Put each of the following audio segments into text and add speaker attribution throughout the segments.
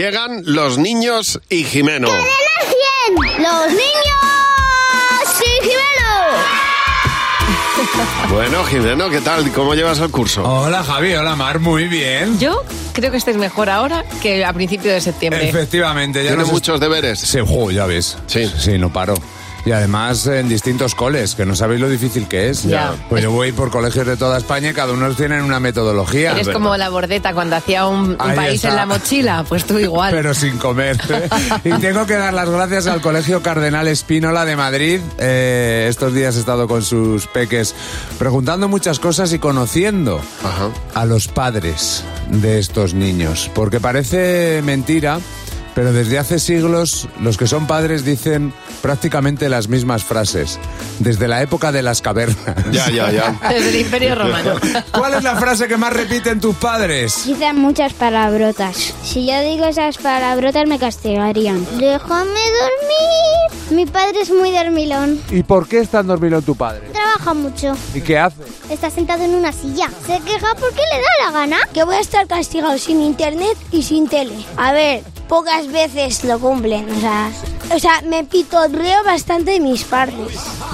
Speaker 1: Llegan los niños y Jimeno.
Speaker 2: ¡Los niños! ¡Sí,
Speaker 1: Bueno, Jimeno, ¿qué tal? ¿Cómo llevas el curso?
Speaker 3: Hola Javi, hola Mar, muy bien.
Speaker 4: Yo creo que estés mejor ahora que a principios de septiembre.
Speaker 3: Efectivamente, ya
Speaker 1: ¿Tienes
Speaker 3: nos est-
Speaker 1: muchos deberes?
Speaker 3: Sí, jo, ya ves.
Speaker 1: Sí.
Speaker 3: sí, no paro. Y además en distintos coles, que no sabéis lo difícil que es.
Speaker 4: Ya.
Speaker 3: Pues yo voy por colegios de toda España y cada uno tiene una metodología.
Speaker 4: Eres
Speaker 1: verdad.
Speaker 4: como la bordeta cuando hacía un, un
Speaker 3: Ahí
Speaker 4: país
Speaker 3: está.
Speaker 4: en la mochila, pues tú igual.
Speaker 3: Pero sin comer. y tengo que dar las gracias al Colegio Cardenal Espínola de Madrid. Eh, estos días he estado con sus peques preguntando muchas cosas y conociendo
Speaker 1: Ajá.
Speaker 3: a los padres de estos niños. Porque parece mentira, pero desde hace siglos los que son padres dicen prácticamente las mismas frases. Desde la época de las cavernas.
Speaker 1: Ya, ya, ya.
Speaker 4: Desde el Imperio Romano.
Speaker 3: ¿Cuál es la frase que más repiten tus padres?
Speaker 5: Dicen muchas palabrotas. Si yo digo esas palabrotas me castigarían.
Speaker 2: ¡Déjame dormir!
Speaker 5: Mi padre es muy dormilón.
Speaker 3: ¿Y por qué están dormido tu padre?
Speaker 5: Trabaja mucho.
Speaker 3: ¿Y qué hace?
Speaker 5: Está sentado en una silla.
Speaker 2: ¿Se queja porque le da la gana? Que voy a estar castigado sin internet y sin tele. A ver, pocas veces lo cumplen, o sea... O sea, me pitorreo bastante de mis padres.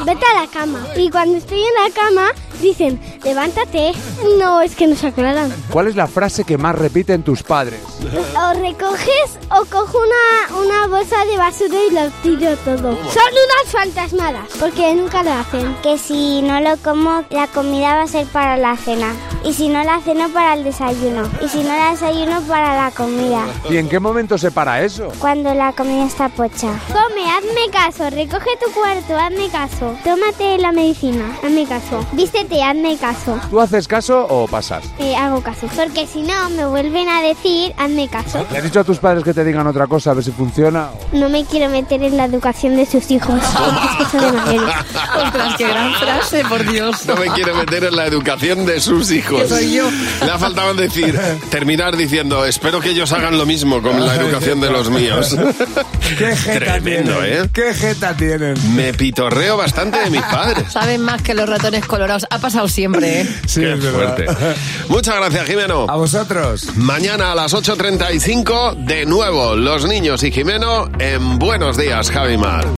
Speaker 5: Vete a la cama. Y cuando estoy en la cama dicen, levántate. No, es que nos aclaran.
Speaker 3: ¿Cuál es la frase que más repiten tus padres?
Speaker 5: O recoges o cojo una, una bolsa de basura y lo tiro todo. Son unas fantasmadas porque nunca lo hacen.
Speaker 2: Que si no lo como, la comida va a ser para la cena. Y si no la cena, para el desayuno. Y si no la desayuno, para la comida.
Speaker 3: ¿Y en qué momento se para eso?
Speaker 2: Cuando la comida está pocha.
Speaker 5: Come, hazme caso, recoge tu cuarto, hazme caso. Tómate la medicina, hazme caso. Vístete, hazme caso.
Speaker 3: ¿Tú haces caso o pasas?
Speaker 5: Eh, hago caso, porque si no me vuelven a decir, hazme caso.
Speaker 3: ¿Le has dicho a tus padres que te digan otra cosa a ver si funciona?
Speaker 5: No me quiero meter en la educación de sus hijos. Es cosa de mayores.
Speaker 4: Ostras, qué gran frase, por Dios.
Speaker 1: No me quiero meter en la educación de sus hijos.
Speaker 4: Que soy yo.
Speaker 1: Le ha faltado decir, terminar diciendo, espero que ellos hagan lo mismo con la educación de los míos. Tremendo, ¿eh?
Speaker 3: ¿Qué jeta tienen?
Speaker 1: Me pitorreo bastante de mis padres.
Speaker 4: Saben más que los ratones colorados. Ha pasado siempre, ¿eh?
Speaker 3: Sí,
Speaker 1: Qué
Speaker 3: es verdad.
Speaker 1: fuerte. Muchas gracias, Jimeno.
Speaker 3: A vosotros.
Speaker 1: Mañana a las 8.35, de nuevo, los niños y Jimeno en Buenos Días, Javimar.